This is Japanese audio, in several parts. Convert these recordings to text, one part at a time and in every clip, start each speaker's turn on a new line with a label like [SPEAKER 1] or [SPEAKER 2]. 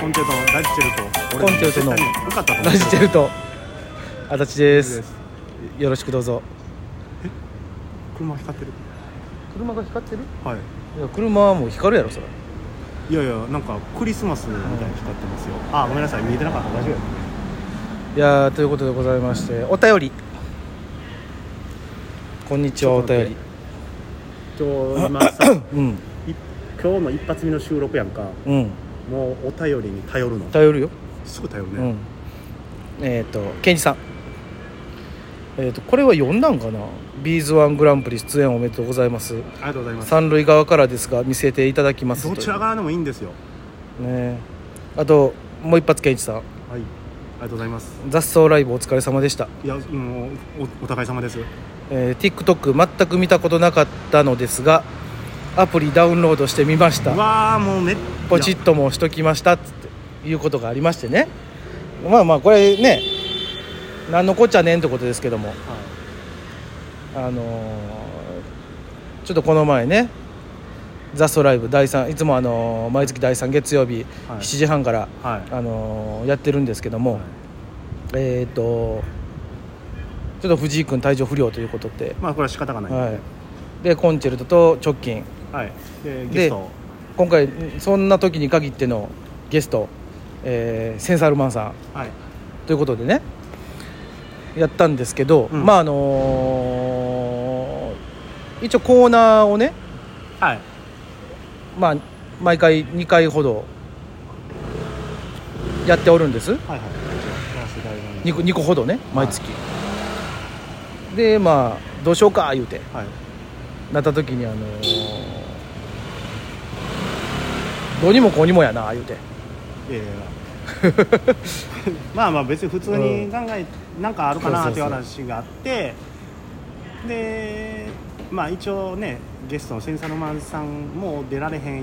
[SPEAKER 1] コンチェルトのラジチェルト
[SPEAKER 2] コンチェルトの
[SPEAKER 1] 俺絶対に受かったと思う
[SPEAKER 2] ラジチェルト足立ですよろしくどうぞ
[SPEAKER 1] 車光ってる
[SPEAKER 2] 車が光ってる
[SPEAKER 1] はい
[SPEAKER 2] いや車はもう光るやろそれ
[SPEAKER 1] いやいやなんかクリスマスみたいに光ってますよあごめんなさい見えてなかった大丈夫
[SPEAKER 2] いやーということでございましてお便りこんにちはお
[SPEAKER 1] ちょっと待
[SPEAKER 2] 便
[SPEAKER 1] って今日
[SPEAKER 2] り
[SPEAKER 1] 今さ
[SPEAKER 2] うん
[SPEAKER 1] い今日の一発目の収録やんか
[SPEAKER 2] うん
[SPEAKER 1] もうお便りに頼るの
[SPEAKER 2] 頼るよ、
[SPEAKER 1] すぐ頼る
[SPEAKER 2] う
[SPEAKER 1] ね、
[SPEAKER 2] んえっ、ー、とケンジさんえっ、とこれは読んだんかなビーズワングランプリ出演おめでとうございます
[SPEAKER 1] ありがとうございます
[SPEAKER 2] 三塁側からですが見せていただきます
[SPEAKER 1] どちら側でもいいんですよ
[SPEAKER 2] というねあともう一発ケンジさん
[SPEAKER 1] はいありがとうございます
[SPEAKER 2] 雑草ライブお疲れ様でした、
[SPEAKER 1] いやもうおお互い様です
[SPEAKER 2] えー TikTok 全く見たことなかったのですがアプリダウンロードしてみました
[SPEAKER 1] わあもうめっ
[SPEAKER 2] ポチッともしときましたっつっていうことがありましてねまあまあこれね何のこっちゃねんってことですけども
[SPEAKER 1] いやはい
[SPEAKER 2] あのーちょっとこの前ね雑草ライブ第3いつもあのー毎月第3月曜日
[SPEAKER 1] はい
[SPEAKER 2] 7時半から、
[SPEAKER 1] はい
[SPEAKER 2] あのーやってるんですけども、
[SPEAKER 1] はい
[SPEAKER 2] えっ、とちょっと藤井君体調不良ということで
[SPEAKER 1] まあこれは仕方がない
[SPEAKER 2] はい、でコンチェルトと直近
[SPEAKER 1] はい、で
[SPEAKER 2] で
[SPEAKER 1] ゲスト
[SPEAKER 2] 今回そんな時に限ってのゲスト、えーセンサールマンさん
[SPEAKER 1] はい
[SPEAKER 2] ということでねやったんですけど、
[SPEAKER 1] うん
[SPEAKER 2] まああのー一応コーナーをね、
[SPEAKER 1] はい
[SPEAKER 2] まあ、毎回2回ほどやっておるんです
[SPEAKER 1] はいはいラスダイナミック
[SPEAKER 2] 2, 個2個ほどね毎月、でまあどうしようか言うて
[SPEAKER 1] はい
[SPEAKER 2] なった時にあのーどうにもこうにもやな言うて
[SPEAKER 1] いや いやまあまあ別に普通に考え、なんかあるかなっていう話があってでまあ一応ねゲストのセンサーのマンさんも出られへんよ、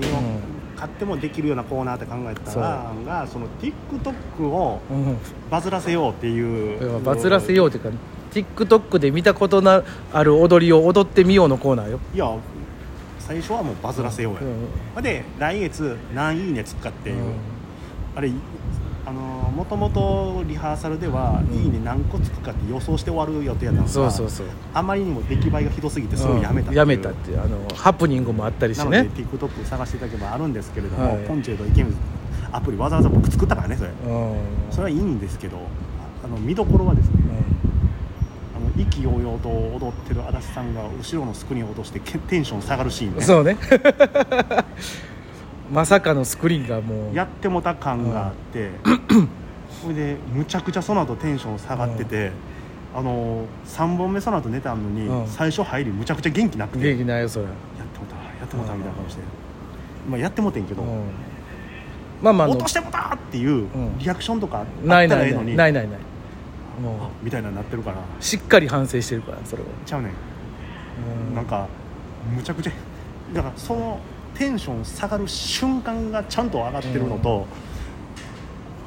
[SPEAKER 1] 買ってもできるようなコーナーって考えたらがその TikTok を
[SPEAKER 2] うん
[SPEAKER 1] バズらせようっていう
[SPEAKER 2] バズらせようっていうか TikTok で見たことなある踊りを踊ってみようのコーナーよ
[SPEAKER 1] いや最初はもうバズらせようや、
[SPEAKER 2] ん
[SPEAKER 1] で来月何いいねつくかっていう、
[SPEAKER 2] うん
[SPEAKER 1] あれあのもともとリハーサルでは「いいね」何個つくかって予想して終わる予定やったんです
[SPEAKER 2] そ
[SPEAKER 1] が
[SPEAKER 2] うそうそう
[SPEAKER 1] あまりにも出来栄えがひどすぎてすぐやめたっていう
[SPEAKER 2] やめたっていうあのハプニングもあったりし
[SPEAKER 1] な
[SPEAKER 2] て
[SPEAKER 1] ので
[SPEAKER 2] ね
[SPEAKER 1] TikTok 探していただければあるんですけれども、
[SPEAKER 2] はい
[SPEAKER 1] コンチェルト池水アプリわざわざ僕作ったからねそれ
[SPEAKER 2] うん
[SPEAKER 1] それはいいんですけどあの見どころはですねあの意気揚々と踊ってる足立さんが後ろのスクリーンを落としてけテンション下がるシーン
[SPEAKER 2] うん
[SPEAKER 1] ね
[SPEAKER 2] そうね まさかのスクリーンがもう
[SPEAKER 1] やってもた感があって、それでむちゃくちゃその後テンション下がってて、あの3本目その後寝たのに、
[SPEAKER 2] うん
[SPEAKER 1] 最初入りむちゃくちゃ元気なくてや
[SPEAKER 2] 元
[SPEAKER 1] って
[SPEAKER 2] 気ないよそれ、
[SPEAKER 1] もたやってもたみたいな顔して、まあ、やってもてんけ
[SPEAKER 2] う
[SPEAKER 1] ど、
[SPEAKER 2] ん、まあまああの
[SPEAKER 1] 落としてもたっていう
[SPEAKER 2] うん
[SPEAKER 1] リアクションとかあった
[SPEAKER 2] ない
[SPEAKER 1] ら
[SPEAKER 2] な
[SPEAKER 1] ええ
[SPEAKER 2] い
[SPEAKER 1] のに
[SPEAKER 2] ないないないも
[SPEAKER 1] あみたいなになってるから
[SPEAKER 2] うしっかり反省してるからそれは、
[SPEAKER 1] ちゃうねん、
[SPEAKER 2] うん
[SPEAKER 1] なんかむちゃくちゃだからそのテンション下がる瞬間がちゃんと上がってるのと、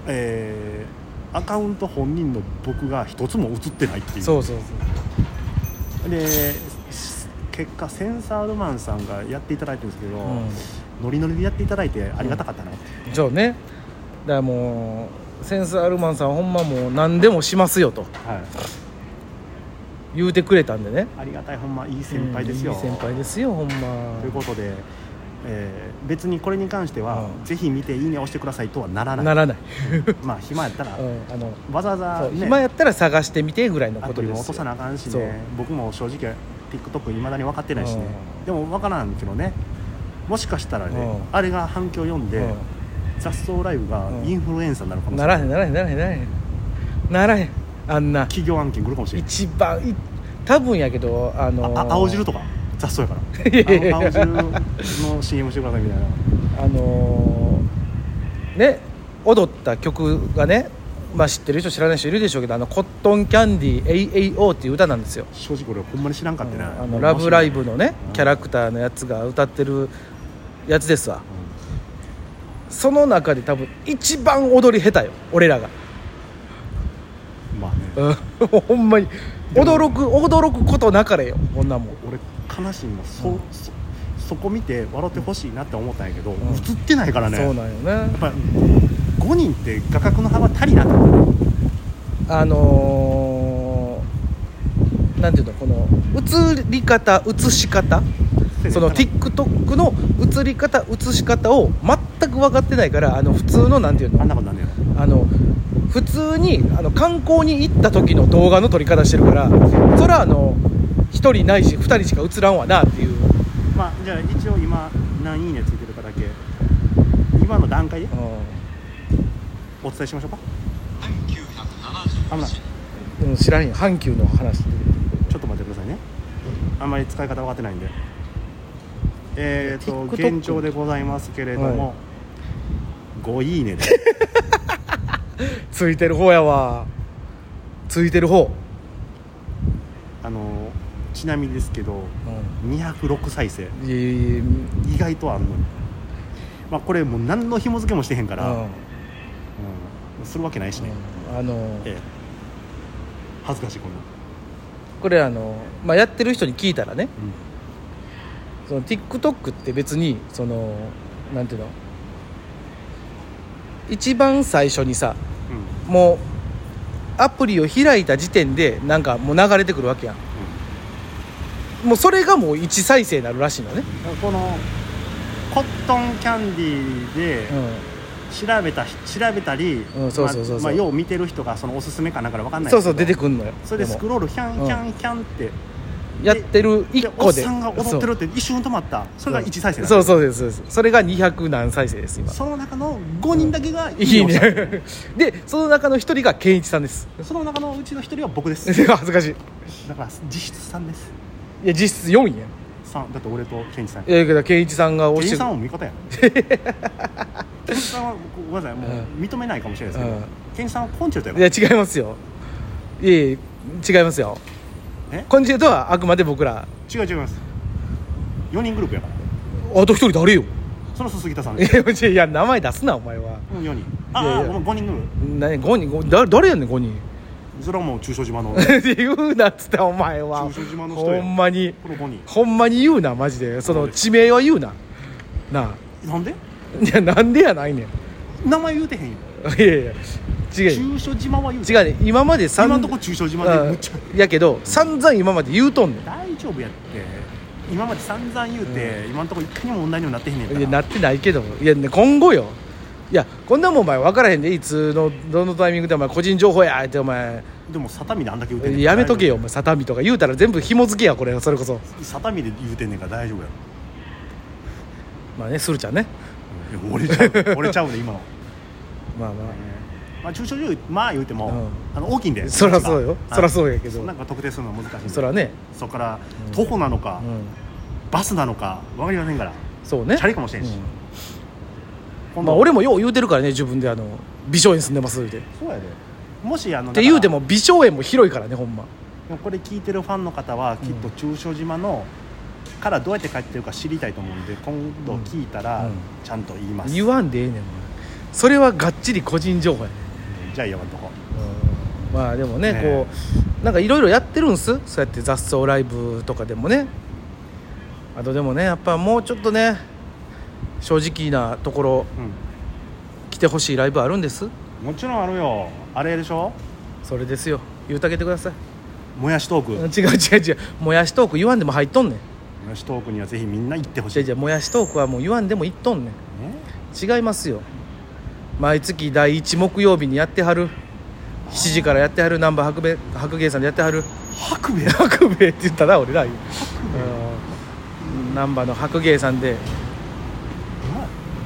[SPEAKER 1] えーアカウント本人の僕が一つも映ってないっていう
[SPEAKER 2] そうそう
[SPEAKER 1] でし結果センサードマンさんがやっていただいてるんですけど、
[SPEAKER 2] そう、うん
[SPEAKER 1] ノリノリでやっていただいてありがたかったなって、
[SPEAKER 2] そうねだからもうセンスアルマンさんはほんまもう何でもしますよと
[SPEAKER 1] はい、
[SPEAKER 2] 言うてくれたんでね
[SPEAKER 1] ありがたいほんまいい先輩ですよ、
[SPEAKER 2] うんいい先輩ですよほんま
[SPEAKER 1] ということで、えー別にこれに関しては、
[SPEAKER 2] うん
[SPEAKER 1] ぜひ見ていいね押してくださいとはならない
[SPEAKER 2] ならない、
[SPEAKER 1] まあ暇やったら、
[SPEAKER 2] うん、あの
[SPEAKER 1] わざわざ
[SPEAKER 2] そう、
[SPEAKER 1] ね、
[SPEAKER 2] 暇やったら探してみてぐらいの
[SPEAKER 1] ア
[SPEAKER 2] こ
[SPEAKER 1] プ
[SPEAKER 2] と
[SPEAKER 1] リ
[SPEAKER 2] です
[SPEAKER 1] も
[SPEAKER 2] よ
[SPEAKER 1] 落とさなあかんし
[SPEAKER 2] そう
[SPEAKER 1] ね僕も正直 TikTok いまだに分かってないしね、
[SPEAKER 2] うん
[SPEAKER 1] でも分からんけどねもしかしたらね、
[SPEAKER 2] うん
[SPEAKER 1] あれが反響読んで、
[SPEAKER 2] う
[SPEAKER 1] 雑草ライブがインフルエンサーになるか
[SPEAKER 2] ん
[SPEAKER 1] もし
[SPEAKER 2] な
[SPEAKER 1] れない、
[SPEAKER 2] らへんならへんならへんならへんならへんあんな
[SPEAKER 1] 企業案件来るかもしれない
[SPEAKER 2] 一番い多分やけどあの
[SPEAKER 1] ああ青汁とか雑草やから あ青汁の CM してくださいみたいな
[SPEAKER 2] あのーね踊った曲がね、まあ、知ってる人知らない人いるでしょうけど「あのコットンキャンディ AAO」っていう歌なんですよ
[SPEAKER 1] 正直俺ほんまに知らんかってね、
[SPEAKER 2] あのラブライブのね
[SPEAKER 1] うん
[SPEAKER 2] キャラクターのやつが歌ってるやつですわその中で多分一番踊り下手よ俺らが、
[SPEAKER 1] うんまあね
[SPEAKER 2] うん、 ほんまに驚く驚くことなかれよこんなもん
[SPEAKER 1] 俺悲しいのはそ,、
[SPEAKER 2] うん
[SPEAKER 1] そそこ見て笑ってほしいなって思ったんやけど、
[SPEAKER 2] ん
[SPEAKER 1] 映ってないからね
[SPEAKER 2] そうなんよね
[SPEAKER 1] やっぱ5人って画角の幅足りなかった
[SPEAKER 2] あのーなんていうのこの映り方映し方 その TikTok の映り方映し方を全く分かってないからあの普通のなんていう
[SPEAKER 1] あんな
[SPEAKER 2] の
[SPEAKER 1] ことなんねや
[SPEAKER 2] あの普通にあの観光に行った時の動画の撮り方してるからそれはあの1人ないし2人しか映らんわなっていう、
[SPEAKER 1] ろまあじゃあ一応今何いいねついてるかだけ今の段階でお伝えしましょうか危ないち
[SPEAKER 2] うんうん、知らんよ阪急の話
[SPEAKER 1] ょっと待ってくださいねあんまり使い方分かってないんでえっ、と
[SPEAKER 2] TikTok
[SPEAKER 1] 現状でございますけれども、
[SPEAKER 2] はい
[SPEAKER 1] ごいいねで
[SPEAKER 2] ついてる方やわついてる方、
[SPEAKER 1] あのちなみにですけど206再生
[SPEAKER 2] いやいやいや
[SPEAKER 1] 意外とあるのに、まあ、これもう何の紐付けもしてへんから、
[SPEAKER 2] うん
[SPEAKER 1] うんするわけないしね、
[SPEAKER 2] うんあの
[SPEAKER 1] ええ恥ずかしいこんな、
[SPEAKER 2] これあの、まあ、やってる人に聞いたらね
[SPEAKER 1] うん
[SPEAKER 2] その TikTok って別にそのなんていうの一番最初にさ
[SPEAKER 1] うんうん
[SPEAKER 2] もうアプリを開いた時点でなんかもう流れてくるわけやんもうそれがもう1再生になるらしいのね、
[SPEAKER 1] だからこのコットンキャンディーで調べた、調べたり、
[SPEAKER 2] うんそうそうそうそ
[SPEAKER 1] ま
[SPEAKER 2] う
[SPEAKER 1] あまあ、よう見てる人がそのおすすめかなんかわかん
[SPEAKER 2] うん、
[SPEAKER 1] ない
[SPEAKER 2] そうそう出て
[SPEAKER 1] る
[SPEAKER 2] くんのよ
[SPEAKER 1] それでスク
[SPEAKER 2] も
[SPEAKER 1] ロールキャンキャンキャンって、
[SPEAKER 2] やってる1
[SPEAKER 1] お
[SPEAKER 2] 個
[SPEAKER 1] っ
[SPEAKER 2] で
[SPEAKER 1] さんが踊ってるって一瞬止まったそれが1再生なん
[SPEAKER 2] そう
[SPEAKER 1] です
[SPEAKER 2] そうですそうですそれが200何再生です今
[SPEAKER 1] その中の5人だけが
[SPEAKER 2] いい
[SPEAKER 1] をした
[SPEAKER 2] ね でその中の1人が健一さんです
[SPEAKER 1] その中のうちの1人は僕です
[SPEAKER 2] 恥ずかしい
[SPEAKER 1] だから実質3です
[SPEAKER 2] いや実質4位やん
[SPEAKER 1] 三だって俺とケンジさん
[SPEAKER 2] いやけど健一さんが押
[SPEAKER 1] ケンジ
[SPEAKER 2] して
[SPEAKER 1] さんは味方や んケンジさんはごめんなさいもう
[SPEAKER 2] うん
[SPEAKER 1] 認めないかもしれないですけど、
[SPEAKER 2] うん
[SPEAKER 1] ケンジさんはコンチェルトや
[SPEAKER 2] い
[SPEAKER 1] か
[SPEAKER 2] や
[SPEAKER 1] ら
[SPEAKER 2] 違いますよいえいえ違いますよ
[SPEAKER 1] え
[SPEAKER 2] コンチェルトはあくまで僕ら
[SPEAKER 1] 違う違います4人グループやから
[SPEAKER 2] あと1人誰よ
[SPEAKER 1] その杉田さん
[SPEAKER 2] い
[SPEAKER 1] です
[SPEAKER 2] やいや名前出すなお前は
[SPEAKER 1] うん4人
[SPEAKER 2] いやい
[SPEAKER 1] あ
[SPEAKER 2] や
[SPEAKER 1] あごめん5人グルー
[SPEAKER 2] 何5人5だ誰やねん5人
[SPEAKER 1] プそれはもう中小島のこ
[SPEAKER 2] って言うなっつったお前は
[SPEAKER 1] 中小島の人
[SPEAKER 2] ほ
[SPEAKER 1] や
[SPEAKER 2] んまに
[SPEAKER 1] の5人
[SPEAKER 2] ほんまに言うなマジでその地名は言うななあ
[SPEAKER 1] なんで
[SPEAKER 2] いやなんでやないねん
[SPEAKER 1] 名前言うてへんよ
[SPEAKER 2] いやいや違うよ
[SPEAKER 1] 中小島は言うて
[SPEAKER 2] 違うね今まで散
[SPEAKER 1] 今んとこ中小島でむっちゃ
[SPEAKER 2] あやけど散々今まで言うとんね
[SPEAKER 1] 大丈夫やって今まで散々言うて、今んとこ一回にも問題にもなってへんねんか
[SPEAKER 2] ん
[SPEAKER 1] ら
[SPEAKER 2] いやなってないけどいやね今後よいやこんなもんお前分からへんでいつのどのタイミングでお前個人情報やってお前
[SPEAKER 1] でもサタミであんだけ言うてんねんから
[SPEAKER 2] やめとけよお前サタミとか言うたら全部紐付けやこれそれこそ
[SPEAKER 1] サタミで言うてんねんから大丈夫や
[SPEAKER 2] まあねスルちゃんね
[SPEAKER 1] ろいや俺ちゃ う俺ちゃうで今の、
[SPEAKER 2] まあま
[SPEAKER 1] まあ、中小上まあ言うても、
[SPEAKER 2] う
[SPEAKER 1] あの大きいんで
[SPEAKER 2] そらそうよ
[SPEAKER 1] あ
[SPEAKER 2] そらそうやけど
[SPEAKER 1] なんか特定するのは難しいん
[SPEAKER 2] あ
[SPEAKER 1] で
[SPEAKER 2] そらね
[SPEAKER 1] そっから
[SPEAKER 2] うん
[SPEAKER 1] 徒歩なのか、
[SPEAKER 2] うん
[SPEAKER 1] バスなのかわかりませんから
[SPEAKER 2] そうね
[SPEAKER 1] チャリかもしれんし
[SPEAKER 2] う
[SPEAKER 1] 今
[SPEAKER 2] ん
[SPEAKER 1] 度
[SPEAKER 2] まあ俺もよう言うてるからね自分であの美少園住んでますってっ
[SPEAKER 1] そうやでもしあの
[SPEAKER 2] て言うて
[SPEAKER 1] だか
[SPEAKER 2] も美少園も広いからねほんま
[SPEAKER 1] らこれ聞いてるファンの方はきっと中小島の、からどうやって帰ってるか知りたいと思うんで今度聞いたら、
[SPEAKER 2] うんうん
[SPEAKER 1] ちゃんと言います
[SPEAKER 2] 言わんでええねんお前それはがっちり個人情報やね
[SPEAKER 1] じゃあ言わんとこ
[SPEAKER 2] まあでもね
[SPEAKER 1] ね
[SPEAKER 2] こうなんかいろいろやってるんすそうやって雑草ライブとかでもねあとでもねやっぱもうちょっとね正直なところ
[SPEAKER 1] う
[SPEAKER 2] 来てほしいライブあるんです
[SPEAKER 1] んもちろんあるよあれでしょ
[SPEAKER 2] それですよ言うてあげてください
[SPEAKER 1] もやしトーク、
[SPEAKER 2] 違う違う違うもやしトーク言わんでも入っとんねん
[SPEAKER 1] もやしトークにはぜひみんな行ってほし
[SPEAKER 2] 違
[SPEAKER 1] いう
[SPEAKER 2] 違うもやしトークはもう言わんでも言っとんねん
[SPEAKER 1] ね
[SPEAKER 2] 違いますよ毎月第1木曜日にやってはる7時からやってはる難波白米白芸さんでやってはる
[SPEAKER 1] 白米
[SPEAKER 2] 白米 って言ったな俺ら今うん難波の白芸さんで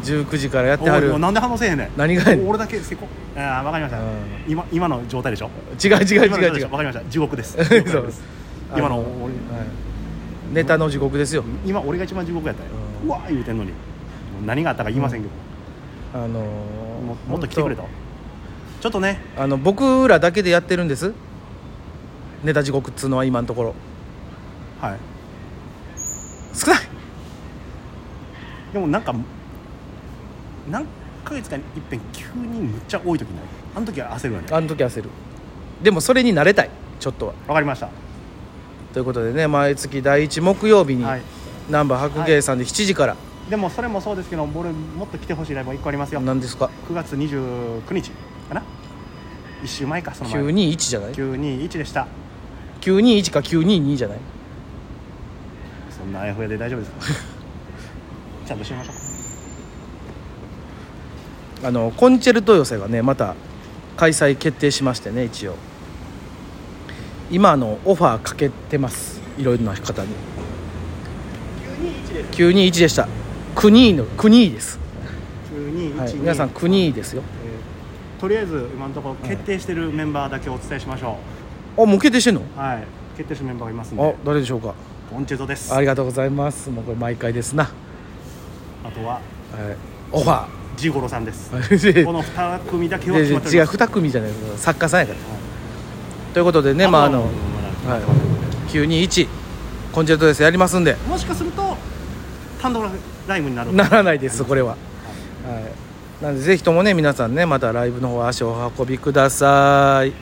[SPEAKER 2] 19時からやっては
[SPEAKER 1] おい
[SPEAKER 2] る
[SPEAKER 1] もうなんで反応せえへんねん
[SPEAKER 2] 何がやねん
[SPEAKER 1] もう俺だけせこああわかりました
[SPEAKER 2] うん
[SPEAKER 1] 今今の状態でしょ
[SPEAKER 2] 違う違う
[SPEAKER 1] 今の状態
[SPEAKER 2] 違う
[SPEAKER 1] で
[SPEAKER 2] 違
[SPEAKER 1] し
[SPEAKER 2] う
[SPEAKER 1] ょわかりました地獄です
[SPEAKER 2] そう
[SPEAKER 1] 地獄です今の
[SPEAKER 2] あの
[SPEAKER 1] 俺
[SPEAKER 2] はいネタの地獄ですよ
[SPEAKER 1] 今俺が一番地獄やったよ
[SPEAKER 2] うん
[SPEAKER 1] うわー言うてんのにもう何があったか言いませんけ
[SPEAKER 2] あの
[SPEAKER 1] ど
[SPEAKER 2] ー
[SPEAKER 1] ももっと来てくれと
[SPEAKER 2] 本
[SPEAKER 1] ちょっとね
[SPEAKER 2] 当あの僕らだけでやってるんですネタ地獄っつうのは今のところ
[SPEAKER 1] はい
[SPEAKER 2] 少ない
[SPEAKER 1] でもなんか何ヶ月かに一遍急にむっちゃ多い時ないあの時は焦るよね
[SPEAKER 2] あの時焦るでもそれに慣れたいちょっとは
[SPEAKER 1] わかりました
[SPEAKER 2] ということでね毎月第1木曜日に
[SPEAKER 1] はい
[SPEAKER 2] 難波白芸さんで7時から
[SPEAKER 1] でもそれもそうですけど俺もっと来てほしいライブは1個ありますよ9
[SPEAKER 2] 何ですか
[SPEAKER 1] 月29日かな1週前かその前
[SPEAKER 2] 921じゃない
[SPEAKER 1] 921でした
[SPEAKER 2] 921か922じゃない
[SPEAKER 1] そんなあやふやで大丈夫ですか ちゃんとしましょう
[SPEAKER 2] あのコンチェルト寄せがねまた開催決定しましてね一応今あのオファーかけてますいろいろな方に
[SPEAKER 1] 921です
[SPEAKER 2] 921でした国の国です、
[SPEAKER 1] 921、
[SPEAKER 2] はい、皆さん国ですよ
[SPEAKER 1] えーとりあえず今のところ決定してるメンバーだけお伝えしましょ
[SPEAKER 2] あもう決定してんの
[SPEAKER 1] うはい、決定してるメンバーがいますん
[SPEAKER 2] あ
[SPEAKER 1] で
[SPEAKER 2] 誰でしょうか
[SPEAKER 1] ボンチェゾです
[SPEAKER 2] ありがとうございますもうこれ毎回ですな、はい、
[SPEAKER 1] あとは
[SPEAKER 2] オファー
[SPEAKER 1] ジゴロさんですこ
[SPEAKER 2] 違う
[SPEAKER 1] の2組だけを決まっております
[SPEAKER 2] 2組じゃないです作家さんやから、ということでねまああの、
[SPEAKER 1] ま
[SPEAKER 2] は
[SPEAKER 1] まだ
[SPEAKER 2] い、921コンチェルト寄せやりますんで
[SPEAKER 1] もしかすると単独ライブになる
[SPEAKER 2] ならないですこれは、はい、なのでぜひともね皆さんねまたライブの方足をお運びください